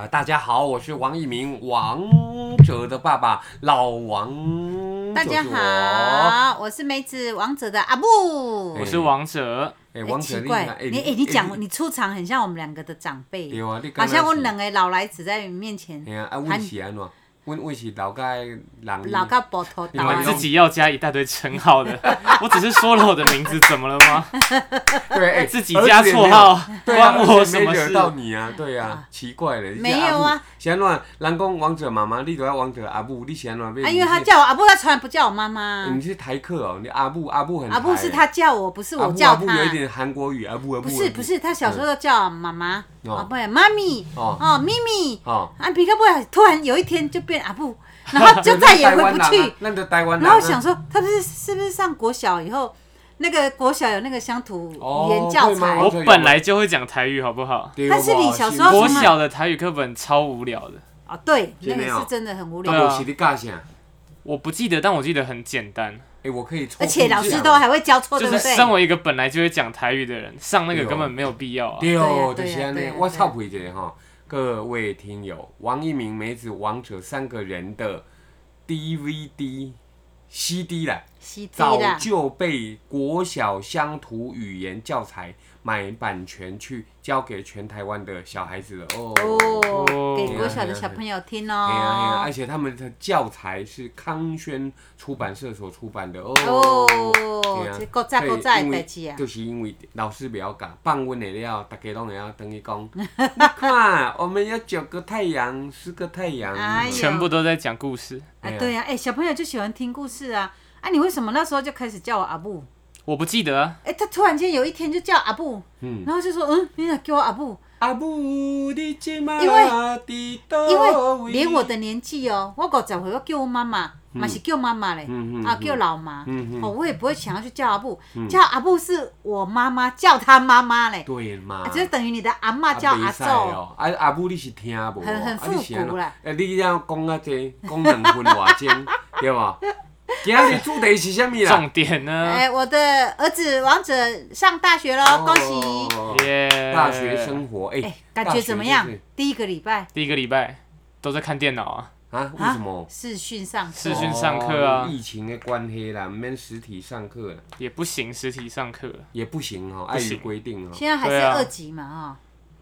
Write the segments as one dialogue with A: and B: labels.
A: 啊、大家好，我是王一鸣，王哲的爸爸，老王
B: 大
A: 就
B: 家
A: 是我。
B: 好，我是梅子王者的阿布。
A: 哎
B: 哎
C: 我是王者，
A: 哎、王哲
B: 奇
A: 厉
B: 怪
A: 害，，哎
B: 你哎、你讲，你出场很像我们两个的长辈，
A: 对啊，你
B: 好
A: 刚才
B: 像我
A: 是
B: 两个老来子在你面前
A: 嘿，啊，啊，阮是安怎？阮阮是老家的人，
B: 老到波头
A: 你
B: 倒
A: 们
C: 我
A: 用
C: 自己要加一大堆称号的，我只是说了我的名字，怎么了吗？
A: 对，哎
C: 自己加绰，号，
A: 儿子也没有对啊，
C: 关我
A: 儿子
C: 什
A: 也
C: 么
A: 没惹
C: 事？
A: 到你啊，对啊，奇怪了，你是
B: 没有啊
A: 阿母，是安怎？人讲王者妈妈，你都要王者阿母，你是安怎要？
B: 啊，因为他叫我阿布，他从来不叫我妈妈
A: 哎。你是台客哦，你阿母阿母很
B: 阿布
A: 台
B: 是
A: 哎
B: 他叫我，不是
A: 阿
B: 我
A: 布
B: 叫
A: 阿布有一
B: 他。
A: 点韩国语，阿布阿布
B: 不是不是，他小时候都叫我妈妈，
A: 哦
B: 啊不，妈咪，
A: 哦
B: 哦咪咪，
A: 哦，
B: 啊皮克布突然有一天就变阿布，然后就再也回不去。
A: 啊那就台湾人啊，
B: 然后想说，他不是是不是上国小以后，那个国小有那个乡土语言教材，
A: 哦
C: 我
A: 会吗
C: 本来就会讲台语，好不好？
A: 对啊
B: 但是你小时候
C: 国
B: 什么
C: 小的台语课本超无聊的，
B: 哦对，
A: 真
B: 那
A: 的
B: 个
A: 哦
B: 是真的很无
A: 我
B: 聊，
A: 阿布是你教啥？
C: 我不记得，但我记得很简单，
A: 哎，我可以抽空
B: 而
A: 这
B: 且
A: 样
B: 老师都还会教
A: 哦
B: 错，
C: 就
B: 对不
C: 是
B: 对？
C: 身为一个本来就会讲台语的人，上那个
A: 对哦
C: 根本没有必要啊。
A: 对哦，就
B: 对啊
A: 是安尼
B: 对啊。
A: 我插播一下哈，各位听友，王一鸣、梅子、王者三个人的 DVD、CD 啦，
B: 西低
A: 早
B: 啦，
A: 就被国小乡土语言教材买版权去交给全台湾的小孩子了哦。
B: 哦，给国
A: 对啊
B: 小
A: 对
B: 的
A: 啊
B: 小朋友听
A: 哎呀哎呀！
B: 哦
A: 而。且他们的教材是康轩出版社所出版的哦。
B: 哦
A: 对啊，
B: 这国债
A: 所以
B: 国债
A: 因为
B: 的代志啊！
A: 就是因为老师袂晓教，放阮的了，大家拢会晓等于讲， 你看，我们有九个太阳，十个太阳，
B: 哎呀
C: 全部都在讲故事，
B: 哎
A: 哎呀，
B: 对呀，哎，小朋友就喜欢听故事啊！啊，你为什么那时候就开始叫我阿布？
C: 我不记得啊。
B: 哎，他突然间有一天就叫阿布，
A: 嗯，
B: 然后就说，嗯，你咋叫我阿布？
A: 阿母你即马
B: 因
A: 为
B: 因
A: 哦
B: 为连我，的年纪哦、我五十岁，我叫我妈妈，嘛是叫妈妈嘞
A: 嗯嗯，
B: 啊
A: 嗯
B: 叫老妈，
A: 嗯嗯嗯
B: 哦我也不会想要去叫阿布，叫阿布是我妈妈叫她妈妈嘞，
A: 对嘛，
B: 啊，就等于你的阿嬷叫阿
A: 啊袂使
B: 祖，
A: 哦，啊阿母你是听无？
B: 很很
A: 啊你是安
B: 复古啦
A: 怎诶，你要讲啊这讲两分外钟， 对吧？今日主题是啥物啦？
C: 重点呢，
B: 哎，我的儿子王者上大学喽，恭喜！
A: 哦
C: 耶！
A: 大学生活，哎、
B: 哎，感觉怎么样
A: 大学就？
B: 第一个礼拜
C: 第一个礼拜都在看电脑啊，
A: 是啊？为什么？
B: 视讯上课
C: 视讯上课啊
A: 哦疫情的关系啦，免实体上课啦，
C: 也不行实体上课。
A: 也不行哦，碍
C: 不行
A: 于规定哦。
B: 现在还是
C: 对啊
B: 二级嘛啊？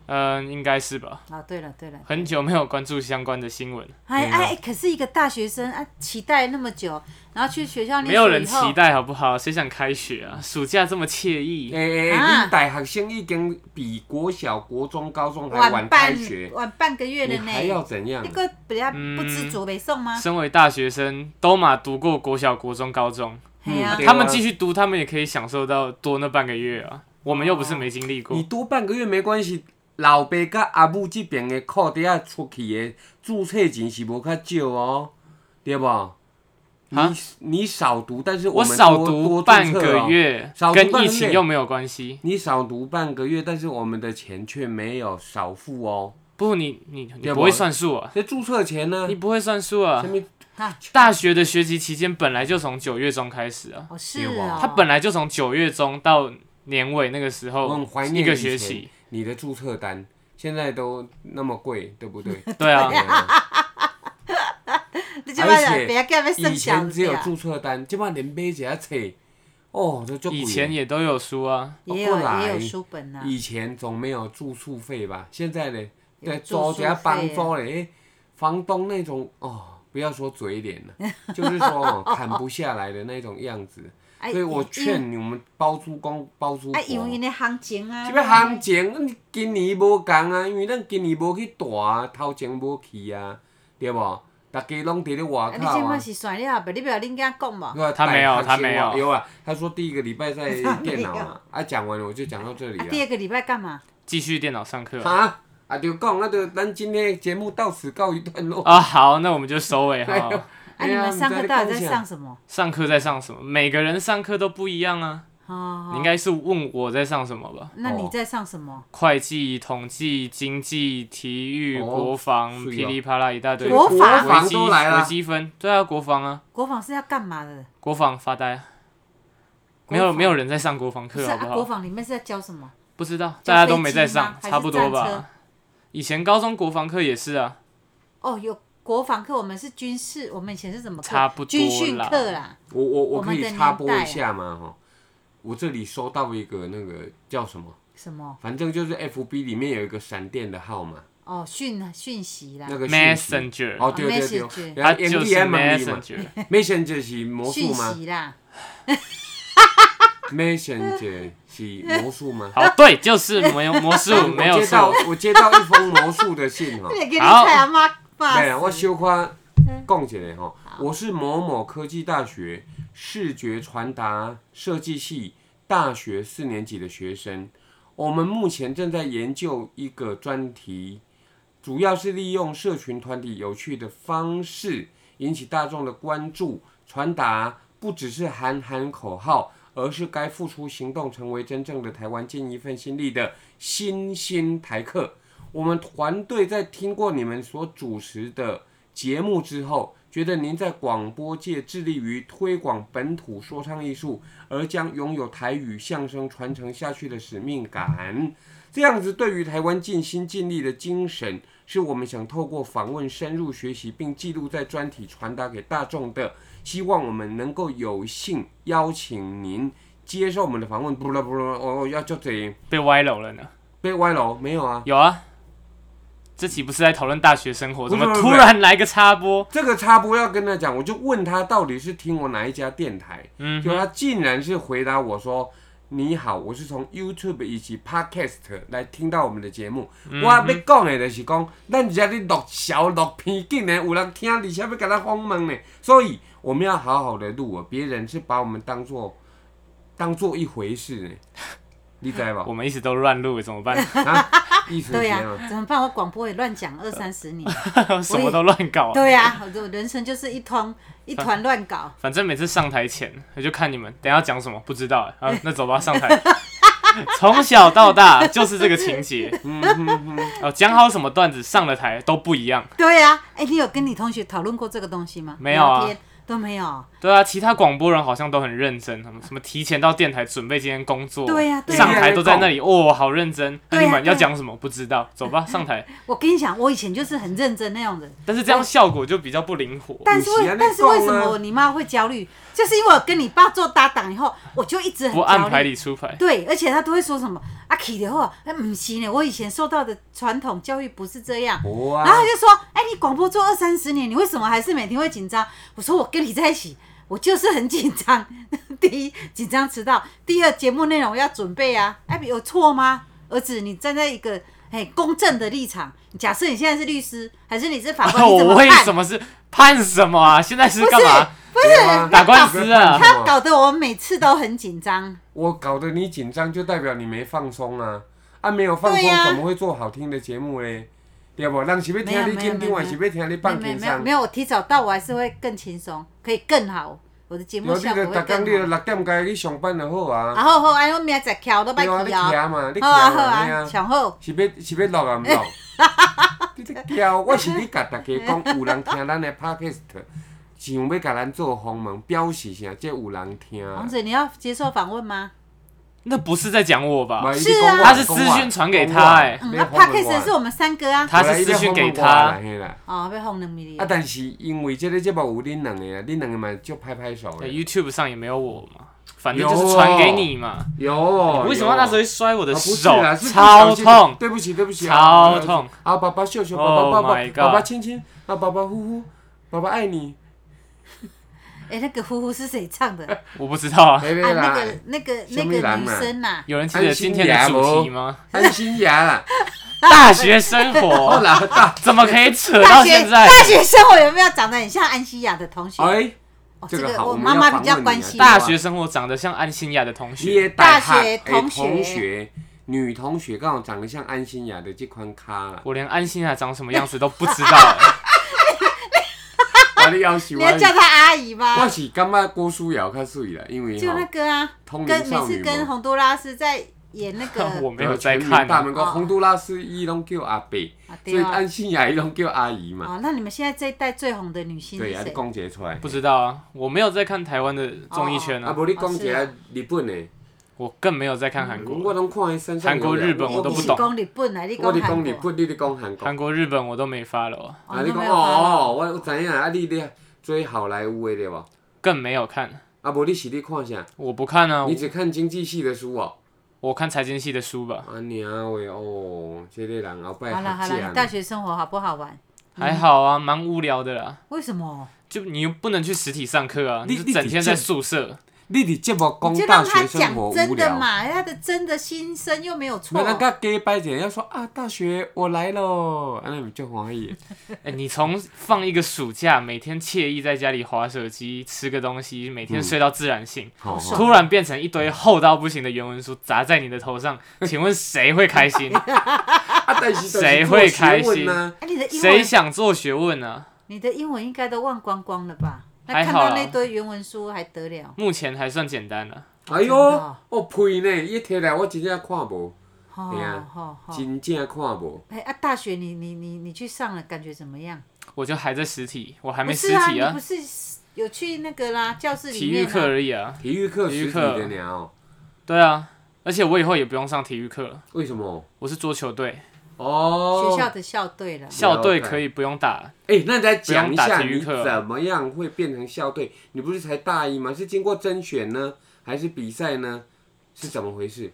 C: 嗯，应该是吧。
B: 哦，对了对
A: 啊
B: 了，
C: 很久没有关注相关的新闻，
B: 哎
A: 对啊
B: 哎，可是一个大学生啊，期待那么久，然后去学校念
C: 没有
B: 书
C: 人
B: 以后
C: 期待好不好？谁想开学啊？暑假这么惬意，
A: 诶诶、
B: 啊
A: 诶，你大学生已经比国小、国中、高中还晚
B: 晚
A: 开
B: 半
A: 学，
B: 晚半个月
A: 你
B: 了
A: 还要嗯
B: 呢。
A: 怎样
B: 那？个比较不知足没送
A: 啊
B: 吗？
C: 身为大学生，都嘛读过国小、国中、高中，
B: 嘿呀
A: 对啊
C: 他们继续读，他们也可以享受到多那半个月啊。我们又不是没经历
A: 哦你
C: 过，
A: 多半个月没关系，老爸甲阿母这边的课底下出去的注册钱是无较少哦，对不？
C: 啊
A: 你你少读，但是
C: 我
A: 们
C: 少
A: 多
C: 读
A: 多
C: 半
A: 注册
C: 个
A: 哦
C: 月
A: 少，读半
C: 跟
A: 个月
C: 疫情又没有关系。
A: 你少读半个月，但是我们的钱却没有少付哦。
C: 不，你你你
A: 对
C: 不会
A: 吧
C: 算数啊，
A: 这注册钱呢
C: 你？不会算数啊
A: 什。么
C: 大学的学籍期间本来就从九月中开始啊，
B: 哦，是
A: 对
B: 哦
A: 吧，
C: 他本来就从九月中到年尾那个时
A: 我
C: 候
A: 很怀，念
C: 一个
A: 以
C: 学
A: 前
C: 期，
A: 你的注册单现在都那么贵，对不 对？哎
C: 对啊。
B: 你就把
A: 而且
B: 不要给他们生
A: 以
B: 小
A: 前只
B: 子
A: 有
B: 啊，
A: 注册单，即摆连买一下册，哦，都足贵
C: 以
A: 了。
C: 前啊也都有书啊，
B: 也
A: 过
B: 有
A: 来
B: 也有书本啊呐，
A: 以前总没有住宿费吧？现在呢，
B: 有
A: 对，
B: 住
A: 租
B: 宿
A: 一下帮
B: 费
A: 租嘞，哎房东那种哦。不要说嘴脸了，就是说 哦砍不下来的那种样子，
B: 哎
A: 所以我
B: 因
A: 劝你们包租公、包租婆
B: 啊，，因为因的行情啊，
A: 即个行情，咱今年无共啊，因为咱今年无去大，头前无去啊，对无？大家拢伫咧
B: 啊，
A: 外
B: 你
A: 口
B: 现在
A: 啊。
B: 是算了，不你不要恁家讲嘛，
A: 对啊
C: 他没有
A: 大学
C: 他没有
A: 有啊，他说第一个礼拜在
B: 他没有
A: 电脑啊，啊讲完了我就讲到这
B: 啊，第
A: 里
B: 二个礼拜干嘛？
C: 继续电脑上课
A: 啊。啊，啊就讲，那就咱今天的节目到此告一段落。
C: 啊。好，那我们就收尾
A: 哎呦
C: 哈。
B: 啊，
A: 哎
B: 你
A: 呀
B: 们上课到底在？上
A: 你
B: 什么？
C: 上课在上什么？每个人上课都不一样啊。你应
B: 哦，
C: 该是问我在上什么吧？
B: 那
A: 哦
B: 你在上什么？
C: 会计、统计、经济、体育、
A: 哦
C: 国防，
A: 是哦
C: 噼里啪啦一大堆。
A: 在
B: 国
A: 国
B: 防
A: 防
C: 微积
A: 都来
C: 微
A: 了，
C: 积分，对啊，国防啊，
B: 国防是要干嘛的？
C: 国防发呆啊。
B: 国
C: 没
B: 防
C: 有没有人在上国防
B: 不是
C: 课，好
B: 啊，
C: 不
B: 国
C: 好？
B: 防里面是在教什么？
C: 不知道，
B: 就
C: 大家都没
B: 飞机
C: 在
B: 吗
C: 上，
B: 还是
C: 差不多
B: 战车
C: 吧。以前高中国防课也是啊，
B: 哦，有国防课，我们是军事，我们以前是怎么课？
C: 差不多啦
B: 军训课啦。
A: 我我
B: 我
A: 我可
B: 们的
A: 以插播
B: 年代啊
A: 一下吗？哈，我这里收到一个那个叫什么，
B: 什么？
A: 反正就是 FB 里面有一个闪电的号码，
B: 哦，讯讯息啦
A: 那。个讯息
C: Messenger，
A: 哦，对对对然
B: Messenger，
C: 它
A: 后
C: 就是
A: MDM 里嘛
C: Messenger，
A: 啊，Messenger 是魔术
B: 讯
A: 吗
B: 息啦，，
A: ？Messenger 是魔术吗？
C: 好，对， 就是魔魔术，没
A: 我
C: 有
A: 接到
C: 错，
A: 我接到一封魔术的信哈
B: 也给你
C: 好
B: 蔡阿妈骂
A: 对啊，哦我
B: 死。
A: 小夸讲一下哈，我是某某科技大学视觉传达设计系大学四年级的学生，我们目前正在研究一个专题，主要是利用社群团体有趣的方式引起大众的关注，传达不只是喊喊口号。而是该付出行动，成为真正的台湾尽一份心力的新兴台客。我们团队在听过你们所主持的节目之后，觉得您在广播界致力于推广本土说唱艺术，而将拥有台语相声传承下去的使命感。这样子对于台湾尽心尽力的精神，是我们想透过访问深入学习并记录在专题传达给大众的。希望我们能够有幸邀请您接受我们的访问。不啦不啦，哦，要叫谁？
C: 被歪楼了呢。
A: 被歪楼没有啊？
C: 有啊，这期不是在讨论大学生活，
A: 不
C: 怎
A: 是
C: 么
A: 不是
C: 突然来个插播？
A: 这个插播要跟他讲，我就问他到底是听我哪一家电台，
C: 嗯
A: 就他竟然是回答我说：“你好，我是从 YouTube 以及 Podcast 来听到我们的节目。
C: 嗯
A: 我要讲的就是讲，咱家的录小录片，竟然有人听，而且要给他访问呢。所以我们要好好的录啊，别人是把我们当做当做一回事呢，你知道吧
C: 我？们一直都乱录，欸怎么 办？
A: 啊，艺术
B: 对
A: 节
B: 呀
A: 嘛，，
B: 怎么办？我广播也乱讲二三十年。
C: 什么都乱搞、啊。
B: 对呀，我的人生就是一团一团乱搞。
C: 反正每次上台前，我就看你们等一下讲什么，不知道、欸、啊，那走吧，上台。 从小到大就是这个情节，
A: 嗯
C: 哦，讲好什么段子，上了台都不一样。
B: 对呀，哎，你有跟你同学讨论过这个东西吗？
C: 没有啊
B: 聊天都没有。
C: 对啊，其他广播人好像都很认真，什么什么提前到电台准备今天工作，
B: 对啊对啊
C: 上台都在那里哦，好认真。那
B: 对啊
C: 你们要
B: 对啊
C: 讲什么？不知道，走吧，上台。
B: 我跟你讲，我以前就是很认真那种人，
C: 但是这样效果就比较不灵活。
B: 但是
A: 你是
B: 为
A: 安尼
B: 但是为
A: 讲
B: 什
A: 啊
B: 么我你妈会焦虑？就是因为我跟你爸做搭档以后，我就一直很
C: 不按
B: 焦
C: 牌
B: 虑。
C: 理出牌，
B: 对，而且他都会说什么啊，起的话，哎，唔行呢，我以前受到的传统教育不是这样。
C: 啊
A: 哇、
B: 然后他就说，哎、你广播做二三十年，你为什么还是每天会紧张？我说我跟你在一起，我就是很紧张。 第一，紧张迟到；第二，节目内容要准备啊。哎、有错吗？儿子，你站在一个哎公正的立场，假设你现在是律师，还是你是 法官，啊你怎
C: 哦我
B: 么
C: 为
B: 判？
C: 什么是判什么啊？现在是干嘛？
B: 不是
A: 哇
C: 打官司啊
B: 他搞得我每次都很紧张。
A: 我搞得你紧张，就代表你没放松啊！啊，没有放松，
B: 对呀
A: 怎么会做好听的节目嘞？对不？人是要
B: 没有
A: 听你
B: 没有
A: 紧
B: 没
A: 张，
B: 有
A: 还是要听你
B: 没
A: 放
B: 有没有
A: 轻
B: 没有
A: 松
B: 没？有，我提早到，我还是会更轻松，可以更好，我的节目
A: 有
B: 效
A: 你
B: 果
A: 就
B: 会
A: 逐工，你
B: 更
A: 就
B: 好。
A: 六点该去上班就好啊。
B: 啊好好，哎，我明仔载翘都拜
A: 对
B: 去
A: 啊，你
B: 哦。
A: 徛嘛，你
B: 好
A: 徛
B: 啊好
A: 嘛，嘿
B: 啊，
A: 啊。
B: 上好。
A: 是要是要录啊，唔录？ 你这挑，我是你甲大家讲，有人听咱的 podcast，想要甲咱做访问，表示啥？这有人听啊。
B: 王子，你要接受访问吗？
C: 那不是在讲我吧？
A: 不
B: 是啊
A: 你讲我
C: 他是私讯传给他哎
A: 讲我
B: 嗯，
A: 你
B: 那
A: 要访
B: p
A: 问
B: a
A: 我
B: c 是我们三个啊。
C: 他是私讯给
A: 我来你
C: 他
A: 要访问我啦。嘿啦
B: 哦，被红两米
A: 啊，
B: 的。
A: 但是因为这个节目有恁两个啊，恁两个嘛就拍拍手
C: 对
A: 诶。
C: 哎，YouTube 上也没有我嘛，反正就是传给你嘛。
A: 有，
C: 为什么那时候
A: 有
C: 会摔我的
A: 啊不是
C: 手
A: 啦是？不
C: 超
A: 小心的
C: 痛！
A: 对不起，对不起，
C: 超痛
A: 啊！啊，爸爸秀秀，爸
C: Oh
A: 爸抱抱，
C: my god
A: 爸爸亲亲，啊，爸爸呼呼，爸爸爱你。
B: 哎，那个呼呼是谁唱的？ 啊，
C: 我不知道啊，
A: 没没
B: 那
A: 啦，
B: 个那个
A: 小
B: 那
A: 米
B: 个
A: 兰
B: 女
A: 嘛
B: 生啊呐。
C: 有人记得今天的
A: 啊
C: 主题吗？
A: 安心牙 啦，
C: 大 学生
A: 我
C: 活
A: 老大。
C: 怎么可以扯
B: 大
C: 到
B: 学
C: 现在？
B: 大学生活有没有长得很像安西亚的同学？哦，
A: 哎，
B: 这
A: 这个
B: 个
A: 好
B: 我
A: 我们
B: 妈
A: 要
B: 妈
A: 访
B: 比较
A: 问
B: 关
A: 你啊
B: 心。
C: 大学生活长得像安心亚的同
A: 你
C: 学，，
A: 的大
B: 大学
A: 学哎
B: 同学
A: 同学，女同学刚好长得像安心雅的这款卡啦
C: 我连安心亚长什么样子都不知道欸。
A: 啊，你要喜
B: 你要
A: 欢。
B: 叫她阿姨吧
A: 我。是感觉郭书瑶较水啦，因为
B: 就那
A: 吼，
B: 个啊，
A: 通灵
B: 跟每
A: 少女嘛
B: 次跟洪都拉斯在演那 个
C: 我没有在
A: 呃全民
C: 看
A: 大
C: 啊，
A: 门口，
B: 哦
A: 洪都拉斯伊拢叫阿伯，
B: 啊，
A: 所以
B: 对啊，
A: 安心雅伊拢叫阿姨嘛。
B: 哦，那你们现在这一代最红的女星
A: 对
B: 是
A: 啊，你
B: 谁？
A: 讲一个出来
C: 不。知道啊，我没有在看台湾的综艺圈
A: 啊，
C: 啊。
A: 无你讲一
B: 哦是
A: 个日本的，
C: 我更没有在看韩国，
A: 嗯我拢看伊身上
C: 韩国
A: 有两
C: 日本我都
B: 你
C: 不
B: 是
C: 懂
B: 讲日本啊来，你
A: 我
B: 讲
A: 咧
B: 韩
A: 讲日
B: 国，
A: 本，你咧讲韩国
C: 韩。国、日本我都没 follow，啊
A: 啊，
B: 哦
A: 你
B: 都
A: 讲哦
B: 没有看，
A: 哦，我我知影啊，你咧追好莱坞的对无？
C: 更没有看。
A: 啊，无你是咧看啥？
C: 我不看啊，我
A: 你只看经济系的书哦。
C: 我看财经系的书吧，
A: 啊娘喂哦，这个人后摆
B: 好了好了，
A: 学
B: 你大
A: 这
B: 学生活好不好玩？
A: 嗯
C: 还好啊，蛮无聊的啦。
B: 为什么？
C: 就你又不能去实体上课啊，
A: 你
C: 你就整天在宿舍。
A: 你伫节目
B: 你就
A: 讲大
B: 让他
A: 学生
B: 讲
A: 活无
B: 真的
A: 聊，
B: 嘛，他的真的心声又没有错
A: 没。人家给摆者要说啊，大学我来咯，啊安尼咪就欢喜。
C: 哎、你从放一个暑假，每天惬意在家里划手机、吃个东西，每
A: 嗯
C: 天睡到自然醒，
A: 好
B: 爽
C: 突然变成一堆厚到不行的原文书砸在你的头上，请问谁会 开心？
A: 啊，但是
C: 谁会开心
A: 呢？
B: 哎，你的英
C: 谁
B: 文，
C: 想做学问呢、
B: 你的英文应该都忘光光了吧？那
C: 还
B: 看
C: 好啦
B: 到那堆原文书还得了？
C: 目前还算简单了、
A: 哎
B: 真的
A: 哟，
B: 哦
A: 哦呸呢！伊摕来我真正看无，
B: 哦
A: 对啊
B: 哦哦，
A: 真正看无。
B: 哎啊，大学你你你你去上了，感觉怎么样？
C: 我就还在实体，我还没
B: 不
C: 实
B: 是啊，
C: 体
B: 你
C: 啊，
B: 不是有去那个啦，教室里
C: 体育
B: 面
C: 课
B: 啊
C: 而已啊。
A: 体育课
C: 体
A: 实
C: 育
A: 体
C: 课
A: 的鸟，哦，
C: 对啊，而且我以后也不用上体育课了，
A: 为什么？
C: 我是桌球队，
A: 哦，
B: 学校的校队了。
C: 校队可以不用打，
A: 哎、那你再讲一
C: 不用
A: 下，
C: 打体育
A: 你
C: 课
A: 怎么样会变成校队？你不是才大一吗？是经过甄选呢，还是比赛呢？是怎么回事？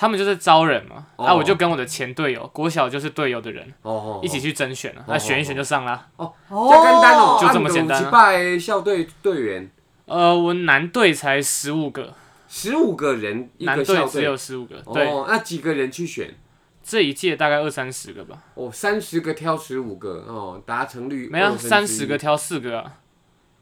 C: 他们就是招人嘛。
A: 哦
C: 啊，我就跟我的前队友，国小就是队友的人，
A: 哦哦，哦
C: 一起。去甄选了，
A: 哦
C: 那选一选就上啦。
A: 这简单哦，
C: 就这么简单啊
A: 击败校队队员
C: 呃，我男队才十五个，
A: 十五个人一
C: 男
A: 个校
C: 队只
A: 队
C: 有，十五个，对，
A: 哦，那几个人去选？
C: 这一届大概二三十个吧，
A: 哦，三十个挑十五个，哦，达成率
C: 没有
A: 二分之一
C: 三十个，挑四个啊，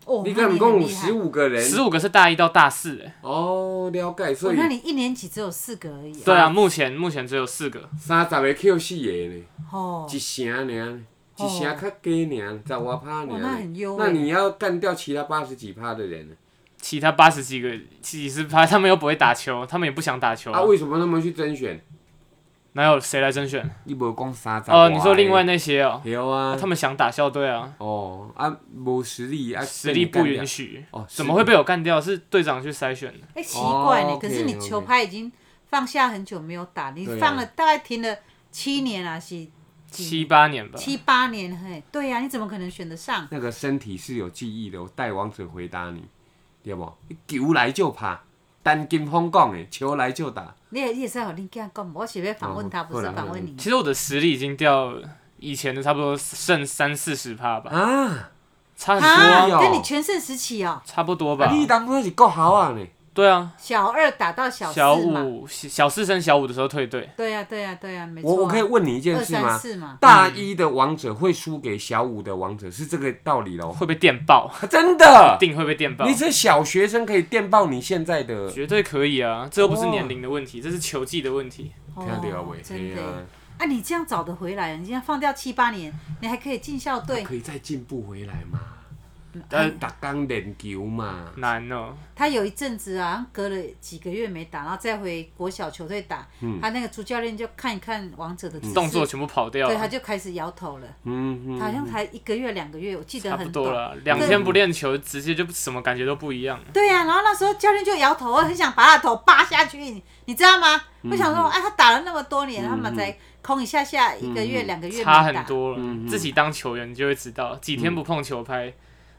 B: 哦，
A: 你
B: 那
A: 看
B: 你
A: 共
B: 很
A: 有
B: 厉害
A: 十。五个人，
C: 十五个是大一到大四，哎
A: 哦，了解，所
B: 哦
A: 以
B: 那你一年级只有四个而已、啊。
C: 对啊，目前目前只有四个，
A: 三十个 Q 四个呢。
B: 哦
A: 一，声尔，一
B: 哦
A: 声较低尔，十外趴尔。
B: 哦那很优欸
A: 那你要干掉其他八十几趴的人呢
C: 其他八十几个几十趴，他们又不会打球，他们也不想打球啊
A: 啊？为什么他们去甄选？
C: 哪有谁来甄选？
A: 你无讲三十
C: 哦，你说另外那些哦，
A: 有啊
C: 啊，他们想打校队啊，
A: 哦啊，无实力啊，
C: 实力
A: 被
C: 不
A: 你干掉
C: 允。许，
A: 哦，
C: 怎么会被我干掉？是队长去筛选的。
B: 哎、奇怪呢、
A: 哦
B: 可是
A: OK，
B: 你球拍已经放下很久没有打，你
A: 对啊
B: 放了大概停了七年啊，是
C: 七八年
A: 啊
C: 吧，
B: 七八年，嘿，对啊呀、你怎么可能选得上？
A: 那个身体是有记忆的？我代王者回答你，对不？你球来就拍，单金峰讲的，球来就打。
B: 你也你也是好你这样讲，我是要访问他，
A: 哦
B: 不是
A: 后来
B: 访问你。
C: 其实我的实力已经掉以前的差不多剩三四十趴吧，
A: 啊，
C: 差很
A: 啊
C: 多，
A: 哦
B: 跟你全盛时期哦，
C: 差不多吧
A: 啊。你当初是够好啊呢？
C: 对啊，
B: 小二打到小
C: 小
B: 四嘛，
C: 五、小小四升小五的时候退队，
B: 对呀、对呀、对呀、没错、
A: 我
B: 啊。
A: 我可以问你一件
B: 二
A: 事
B: 三
A: 吗？
B: 四嘛，
A: 大一的王者会输给小五的王者，是这个道理 喽？
C: 会被电 爆，
A: 啊真的
C: 一，定会被电爆
A: 你，这小学生可以电爆你现在的，
C: 绝对可以啊！这又不是年龄的问题，这是球技的问题。
A: 看到
B: 哦
A: 未？
B: 真
A: 嘿
B: 的
A: 啊
B: 耶。啊，你这样找得回来，你这样放掉七八年，你还可以进校队。
A: 可以再进步回来嘛？
B: 嗯哎
C: 但
A: 打刚练球嘛，
C: 难哦，
B: 他有一阵子啊，隔了几个月没打，然后再回国小球队打，他那个主教练就看一看王者的姿势
C: 嗯动作全部跑掉
B: 对，他
C: 了，
B: 就开始摇头了。
A: 嗯
B: 他好像才一个月两个月，我记得
C: 差不
B: 很
C: 多
B: 短。
C: 了。两天不练球，直接就什么感觉都不一样。
B: 对啊呀、然后那时候教练就摇头，我很想把他的头扒下去，你你知道吗？
C: 嗯
B: 我想说，哎、他打了那么多年，他们才空一下下一个月、两个月没
C: 嗯差很
B: 打。
C: 多了。自己当球员你就会知道，几天不碰球拍，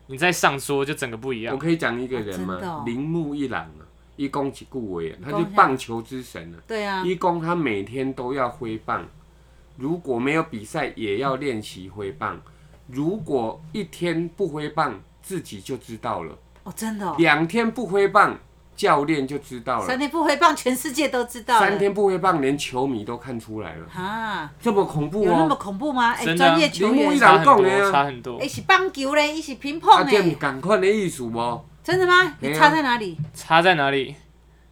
C: 你再上桌就整个不一
A: 我
C: 样。
A: 可以讲一个人
B: 啊真
A: 吗
B: 的哦？
A: 铃木一朗啊，一公几顾伟啊，他
B: 讲
A: 是
B: 一下
A: 棒球之神啊。
B: 对啊，
A: 一公他每天都要挥棒，如果没有比赛也要练习挥棒，如果一天不挥棒，自己就知道了。
B: 哦，真的、哦，
A: 两天不挥棒，教练就知道
B: 三
A: 了；
B: 天不挥棒，全世界都知道了。
A: 三天不挥棒，连球迷都看出来了，
B: 啊，
A: 这么恐怖
B: 有那么
A: 哦！
B: 恐怖吗？哎、
C: 真的啊
B: 专业球
A: 铃木
B: 员
A: 一，
C: 差
A: 人讲
C: 很
A: 的
C: 多，
A: 啊
C: 差很多
B: 哎、，是棒球嘞，一起乒
A: 啊，
B: 乓
A: 这
B: 嘞
A: 么。赶快的哦艺术不？
B: 真的吗？你
C: 啊
A: 没有
B: 差在哪里？
C: 差在哪里？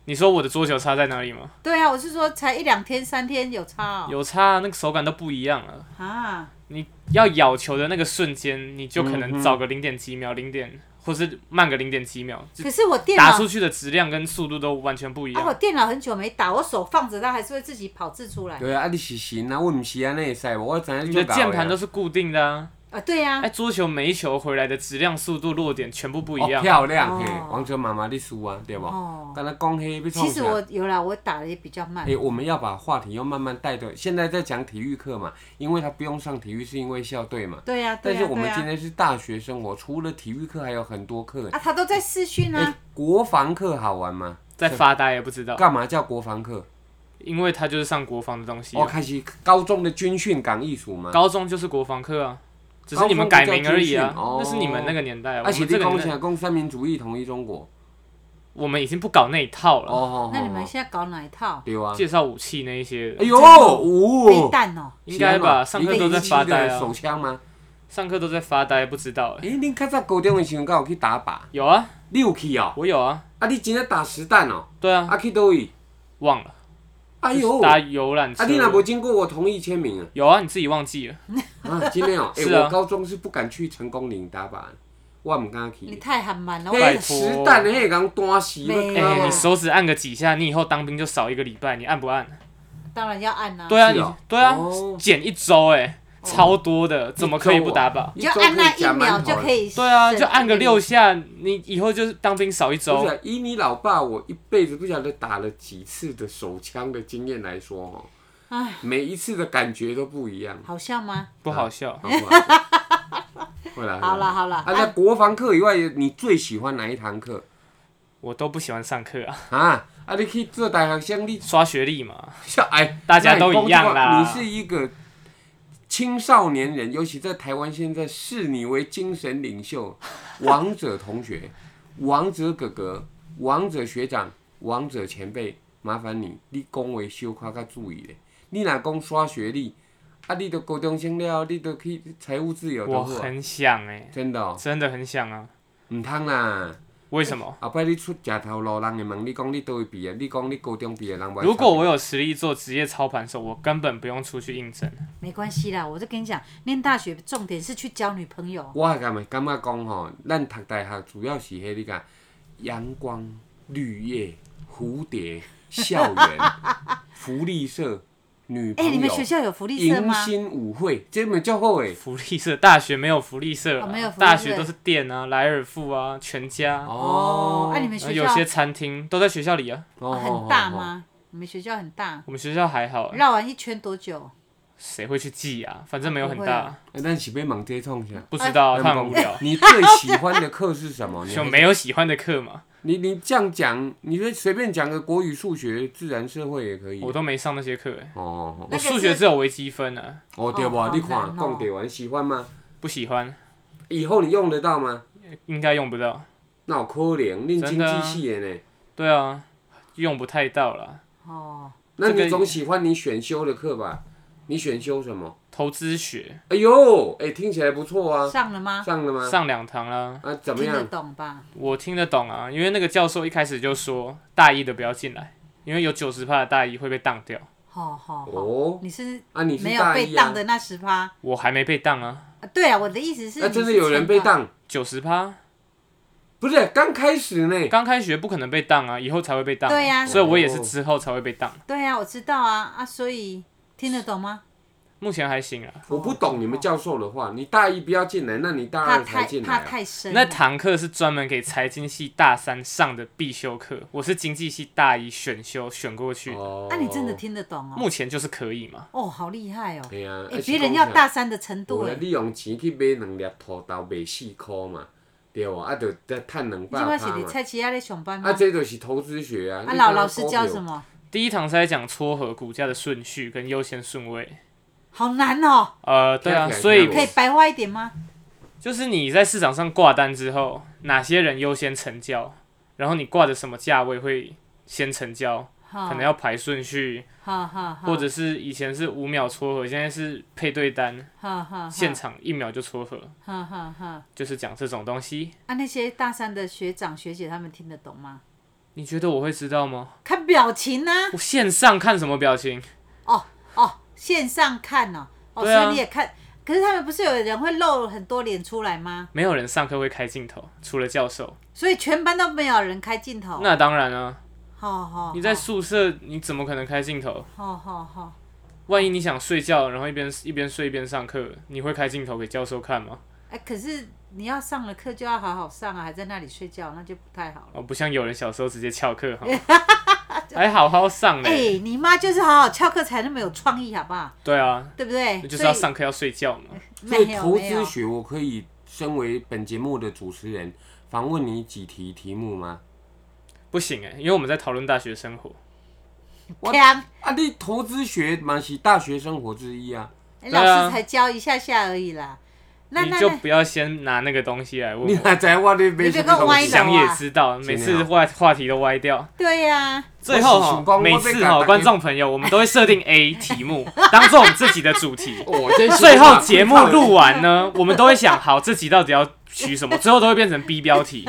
C: 你说我的桌球差在哪里吗？
B: 对啊，我是说才一两天、三天有差哦。
C: 有差，啊那个手感都不一样了。
B: 啊，
C: 你要咬球的那个瞬间，你就可能早个零点几秒、零点，或是慢个零点几秒，就
B: 可是我电脑
C: 打出啊
B: 啊，
C: 去的质量跟速度都完全不一
B: 我
A: 啊
C: 样。
B: 电脑很久没打，我手放着它还是会自己跑字出来。
A: 对啊，啊你是神啊，我唔是安尼会使无，我知影
C: 你
A: 你
C: 的
A: 做
C: 键
A: 到
C: 盘都
A: 啊
C: 是固定的啊，
B: 哦啊，对呀、
C: 哎，桌球每一球回来的质量、速度、落点全部不一
A: 哦，
C: 样。
A: 漂亮
B: 哦
A: 嘿，王哲妈妈你输啊，对不？
B: 哦
A: 刚才讲黑被
B: 其实我有啦，我打的也比较慢
A: 哎、。我们要把话题又慢慢带的，现在在讲体育课嘛，因为他不用上体育，是因为校队嘛。
B: 对呀、啊
A: 但
B: 对呀、
A: 是我们
B: 对呀
A: 今天是大学生活，除了体育课还有很多课。
B: 啊，他都在试训
A: 哎、
B: 啊。
A: 国防课好玩吗？
C: 在发呆也不知道，
A: 干嘛叫国防课？
C: 因为他就是上国防的东西啊、
A: 哦，开始高中的军训港艺术嘛。
C: 高中就是国防课啊，只是你们改名而已啊
A: 高中不叫军训，哦哎
C: 那是你们那个年代、啊，我
A: 而且
C: 们这
A: 立
C: 个
A: 功
C: 年代
A: 想攻三民主义统一中国。
C: 我们已经不搞那一套
A: 哦
C: 了。
A: 哦，
B: 那你们
A: 哦
B: 现在搞哪一套？
A: 对啊。
C: 介绍武器那一些的，
A: 哎呦，
B: 飞
A: 哦，
B: 弹哦，
C: 应该吧？上课都在发呆
A: 的
C: 啊，
A: 手枪吗？
C: 上课都在发呆，不知道、欸。
A: 哎、你较早高中的时候，敢有去打靶？
C: 有啊，
A: 你有去哦？
C: 我有啊，
A: 啊，你真的打实弹哦？
C: 对啊，
A: 啊，去倒位？
C: 忘了。
A: 哎
C: 就
A: 呦
C: 是，搭游览车
A: 啊，你若无经过我同意签名啊？
C: 有啊，你自己忘记了。
A: 啊，真的哦，哎、
C: 是啊
A: 我高中是不敢去成功岭打靶的，我唔敢
B: 你
A: 去。
B: 太憨慢了。
C: 拜
A: 嘿，
B: 我
C: 托
A: 实弹的迄个单死，
B: 没
A: 你
C: 哎、
A: 看
B: 啊
A: 吗
C: 你手指按个几下，你以后当兵就少一个礼拜，你按不按？
B: 当然要按啦、
C: 对
A: 啊
C: 啊，
A: 是
C: 你
A: 哦
C: 对啊
A: 哦，
C: 减一周哎、超多的，哎怎么可以不打靶？
B: 你就按那一秒就可
A: 以。
B: 以。
C: 对啊，就按个六。下，你以后就是当兵少一
A: 不
C: 周
A: 是、。啊，以你老爸我一辈子不晓得打了几次的手枪的经验来说，哦，
B: 哎，
A: 每一次的感觉都不一样，
B: 好笑吗？
C: 不好笑，
A: 好 不啊好？会
C: 哎
A: 啦，
B: 好
A: 了
B: 啦好啦，
A: 啊，在
B: 啊
A: 国防课以外，你最喜欢哪一堂课
C: 我都不喜欢上课啊，
A: 啊？啊，你去做大学生，你
C: 刷学历嘛。
A: 哎，
C: 大家都一样啦
A: 你是一个青少年人，尤其在台湾现在视你为精神领袖，王者同学、王者哥哥、王者学长、王者前辈，麻烦你，你恭维小可较注意咧。你若讲刷学历，啊，你都高中生了，你都去财务自由
C: 我
A: 就好啊，
C: 很想哎、
A: 真的哦，
C: 真的很想啊。
A: 唔通啦。
C: 为什么？
A: 后摆你出食头路，人会问你讲你倒位毕业，你讲你高中毕业，人不会
C: 如果
A: 插
C: 我有实力做职业操盘手，我根本不用出去应征。
B: 没关系啦，我就跟你讲，念大学重点是去交女朋友。
A: 我系感感觉讲吼，咱读大学主要是迄你讲阳光、绿叶、蝴蝶、校 园、福利社、女
B: 哎、
A: 朋友、
B: 你们学校有福利社
A: 迎
B: 吗？
A: 新舞会，这么叫好诶。
C: 福利社大学没有福利社啦、
B: 哦没有福利社
C: 大学都是店啊，莱尔富啊，全家，
B: 哦，哎、你们
C: 然后
B: 学
C: 有
B: 校、
C: 些餐厅都在学校里啊。
A: 哦
B: 哦很大？吗？你们学校很大？
C: 我们学校还好，啊
B: 绕完一圈多久？
C: 谁会去记啊？反正没有很
B: 不会
C: 大
B: 啊，
A: 哎咱是要问这创啥？
C: 不知道、啊，
A: 哎
C: 他很无聊，
A: 你最喜欢的课是什么？ 你
C: 就没有喜欢的课嘛，
A: 你你这样讲，你就随便讲个国语、数学、自然、社会也可以。
C: 我
A: 哦
C: 都没上那些课、欸，
A: 哦
B: 那
C: 我
B: 个是
C: 数学只有微积分啊，
A: 哦，对
B: 哦
A: 吧？你
B: 好
A: 看，
B: 难哦
A: 讲对完喜欢吗？
C: 不喜欢，
A: 以后你用得到吗？
C: 应该用不到。
A: 那有可能，恁经
C: 真的啊
A: 济系的呢？
C: 对啊，用不太到啦。
B: 哦，
A: 那
C: 这
A: 你
C: 个
A: 总喜欢你选修的课吧？你选修什么？
C: 投资学
A: 哎呦，哎、听起来不错啊，
B: 上了吗？
A: 上了吗？
C: 上两堂啦，
A: 啊，怎么
B: 听得
A: 样？
B: 懂吧？
C: 我听得懂啊，因为那个教授一开始就说大一的不要进来，因为有九十趴的大一会被当掉，
B: 好好好，
A: 哦，
B: 你是
A: 啊，你是
B: 没有
A: 大
B: 被
A: 一
B: 当
A: 啊？
B: 的那十趴、啊？
C: 我还没被当啊，
B: 对啊，我的意思是，
A: 那、真的有人被，当？
C: 九十趴
A: 不是，刚开始呢。
C: 刚开学不可能被当啊，以后才会被当、
B: 对呀
C: 所以我也是之后才会被当，
B: 对啊，我知道啊啊，所以听得懂吗？
C: 目前还行啊。
A: 我不懂你们教授的话，你大一不要进来，那你大
B: 怕
A: 二才
B: 太
A: 进
B: 怕
A: 来啊、
B: 太深了，
C: 那堂课是专门给财经系大三上的必修课，我是经济系大一选修选过去的，
A: 哦
B: 啊，你真的听得懂哦？
C: 目前就是可以嘛。
B: 哦，好厉害哦！
A: 对啊，
B: 哎、
A: 啊
B: 别人要。大三的程
A: 是讲啥
B: 度
A: 有
B: 哎
A: 啦，你用钱去买两粒土豆，卖四箍嘛，对哇，啊，就再趁两
B: 你
A: 百趴
B: 这块是你
A: 嘛。
B: 蔡奇亚在上班吗？
A: 啊，这就是投资学啊。
B: 啊，
A: 你
B: 老
A: 看
B: 老
A: 到
B: 师
A: 股
B: 教
A: 票
B: 什么？
C: 第一堂是在讲撮合股价的顺序跟优先顺位，
B: 好难哦，
C: 呃，对啊，
A: 听起来
C: 所以
A: 像
B: 可以白话一点吗？
C: 就是你在市场上挂单之后，哪些人优先成交，然后你挂的什么价位会先成交，
B: 可
C: 可能要排顺序，
B: 哈哈，哈
C: 或者是以前是五秒撮合，现在是配对单，
B: 哈哈，
C: 现场一秒就撮合，
B: 哈哈哈。
C: 就是讲这种东西。
B: 啊，那些大三的学长学姐他们听得懂吗？
C: 你觉得我会知道吗？
B: 看表情啊，
C: 我线上看什么表情？
B: 哦哦，线上看哦，哦，
C: 对啊
B: 所以你也看，可是他们不是有人会露很多脸出来吗？
C: 没有人上课会开镜头，除了教授。
B: 所以全班都没有人开镜头。
C: 那当然啊，
B: 哦好好，
C: 你在
B: 好
C: 宿舍你怎么可能开镜头？
B: 好好好，
C: 万一你想睡觉，然后一边一边睡一边上课，你会开镜头给教授看吗？
B: 哎、可是你要上了课就要好好上啊，还在那里睡觉，那就不太好了。
C: 哦，不像有人小时候直接翘课 哈，还好好上呢
B: 哎、。你妈就是好好翘课才那么有创意，好不好？
C: 对啊，
B: 对不对？
C: 就是要上课要睡觉嘛。
B: 所
A: 所以
B: 以没有
A: 投
B: 没有
A: 资，学，我可以身为本节目的主持人，访问你几题题目吗？
C: 不行哎，因为我们在讨论大学生活。
A: 我
B: 强
A: 啊，你投资学嘛是大学生活之一啊，
B: 哎
C: 对啊
B: 老师才教一下下而已啦。那
C: 你
B: 那
C: 就
B: 那
C: 不要先拿那个东西来问
A: 你
C: 我，
A: 还在我你
B: 你
A: 没
B: 别
A: 什
B: 跟
A: 么
B: 我
A: 东
B: 歪
A: 西
B: 楼。
C: 想也知道，
A: 是
C: 每
A: 啊
C: 次话话题都歪掉。
B: 对啊呀、
C: 最后
A: 我是
C: 哈
A: 想讲，
C: 每
A: 我被
C: 次
A: 改
C: 哈，
A: 版
C: 观众朋友，我们都会设定 A 题目 当做我们自己的主题。
A: 我真哦是
C: 最后节目录 完呢，我们都会想，好，这集到底要取什么？最后都会变成 B 标题，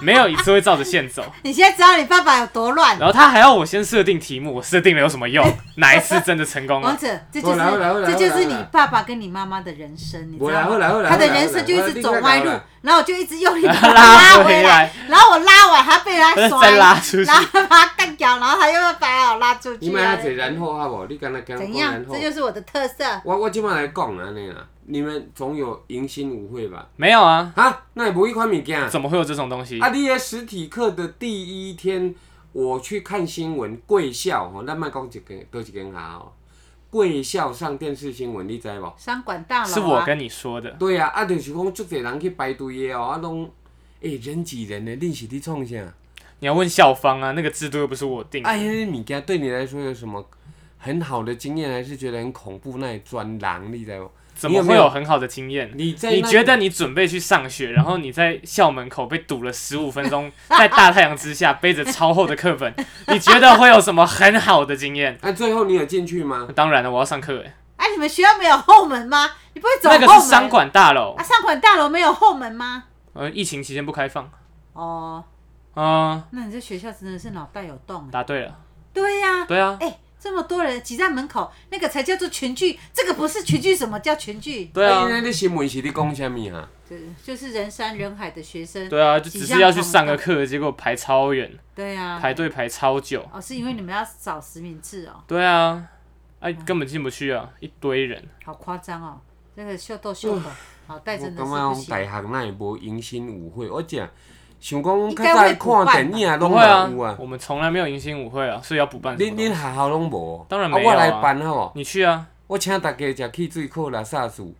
C: 没有一次会照着线走。
B: 你现在知道你爸爸有多乱，
C: 然后他还要我先设定题目，我设定了有什 么用？哪一次真的成功啊
B: 王
C: 了？
B: 子，这就是
A: 来了来了来
B: 这
A: 了
B: 就是
A: 来了
B: 你爸爸跟你妈妈的人生，你知
A: 我来
B: 道
A: 我
B: 吗？
A: 来我来，
B: 他的人生就一直走歪路，然后我就一直用力把他
C: 拉
B: 拉
C: 回
B: 回
C: 来
B: 来，然后我拉完，他被他甩，
C: 再拉出去
B: 然后他把他干掉，然后他又要把我拉出
A: 你
B: 去
A: 买
B: 啊
A: 下。子然后好不好？你刚才讲
B: 怎样
A: 然？后
B: 这，就是我的特色。
A: 我我今晚来讲啊那啊，你们总有迎新舞会吧？
C: 没有啊，
A: 啊，那也不一款物件啊。
C: 怎么会有这种东西？
A: 啊，你的实体课的第一天，我去看新闻，贵校吼，咱卖讲一间，多一间下哦。贵校上电视新闻，你知无？
B: 商管大楼、啊、
C: 是我跟你说的，
A: 对啊，啊，就是讲足侪人去排队的哦，啊，拢诶、人挤人的，恁是伫创啥？
C: 你要问校方啊，那个制度又不是我定的。
A: 啊，迄个物件对你来说有什么很好的经验，还是觉得很恐怖那专栏，你知无？
C: 怎么
A: 你有没
C: 会
A: 有
C: 有很好的经验？
A: 你在
C: 你
A: 那
C: 觉得你准备去上学，然后你在校门口被堵了十五分钟，在大太阳之下背着超厚的课本，你觉得会有什么很好的经验？
A: 啊，最后你有进去吗？
C: 当然了，我要上课哎，
B: 哎、你们学校没有后门吗？你不会走后
C: 那
B: 门？
C: 个是商管大楼
B: 啊，，商管大楼没有后门吗？
C: 呃，疫情期间不开放。
B: 哦，
C: 嗯，
B: 那你这学校真的是脑袋有洞哎。
C: 答对了，
B: 对呀、
C: 对啊，
B: 哎、这么多人挤在门口，那个才叫做群聚，这个不是群聚，什么叫群聚？
C: 对
A: 啊，
C: 啊
A: 因，为你新闻是伫讲啥物啊哈？
B: 就就是人山人海的学生。
C: 对啊，就只是要去上个课，结果排超远，
B: 对呀、
C: 排队排超久。
B: 哦，是因为你们要找实名制哦，
C: 对啊，哎，根本进不去啊，一堆人。
B: 好夸张哦，那个秀逗秀的，脑袋
A: 我感
B: 真的是
A: 觉
B: 不
A: 讲
B: 行。
A: 大学那也无迎新舞会，我讲想讲
B: 应
A: 较
B: 该会
A: 早看电影
C: 不
A: 拢
C: 会啊
A: 嘛有啊，，
C: 我们从来没有迎新舞会啊，所以要补办什
A: 恁
C: 么东西。
A: 恁学校拢无？
C: 当然没有
A: 我
C: 啊
A: 来办好无？
C: 你去啊，
A: 我请大家食汽水扣啦、萨薯。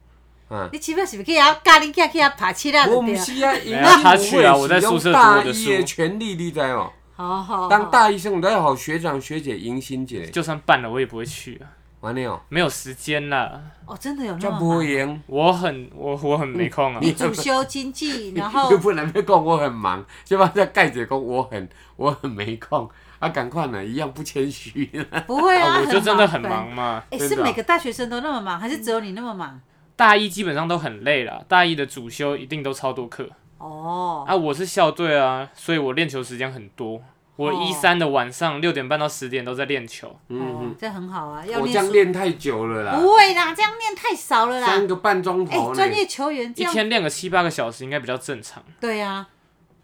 A: 啊，
B: 你起码是不是去啊？教你去去啊，爬起来
A: 我
B: 就对
A: 毋
B: 了。
A: 是啊，迎
C: 没有他
A: 新
C: 去啊
A: 舞
C: 我在
A: 会
C: 宿
A: 是
C: 舍
A: 用
C: 读我
A: 大
C: 的
A: 一
C: 书
A: 的权利，你知
B: 哦
A: 无？
B: 好好
A: 当
B: 好，
A: 大医生，你要好学长学姐迎新节，
C: 就算办了我也不会去啊，
A: 完了哦，
C: 没有时间啦，
B: 哦，真的有那
A: 叫
B: 么
A: 无
B: 忙
A: 闲。
C: 我很我我很没空啊。
A: 你
B: 主修经济，然 后
A: 又不能被讲我很忙，就把再盖姐讲我很我很没空啊，赶快呢，一样不谦虚。
B: 不会啊，
C: 啊，我就真的很
B: 本来
C: 忙嘛，
B: 哎、
A: 真
B: 是
A: 的啊
B: 每个大学生都那么忙，还是只有你那么忙？
C: 大一基本上都很累啦，大一的主修一定都超多课
B: 哦，
C: 啊。我是校队啊，所以我练球时间很多。我
B: 哦
C: 一三的晚上六点半到十点都在练球，
A: 嗯
B: 哦
A: 哼，
B: 这很好啊，要
A: 我这样
B: 书
A: 练太久了啦，
B: 不会啦，这样念太少了
A: 三
B: 啦。
A: 个半钟
B: 哎、
A: 头呢
B: 专。业球员这
C: 一
B: 样，
C: 天练个七八个小时应该比较正常。
B: 对啊，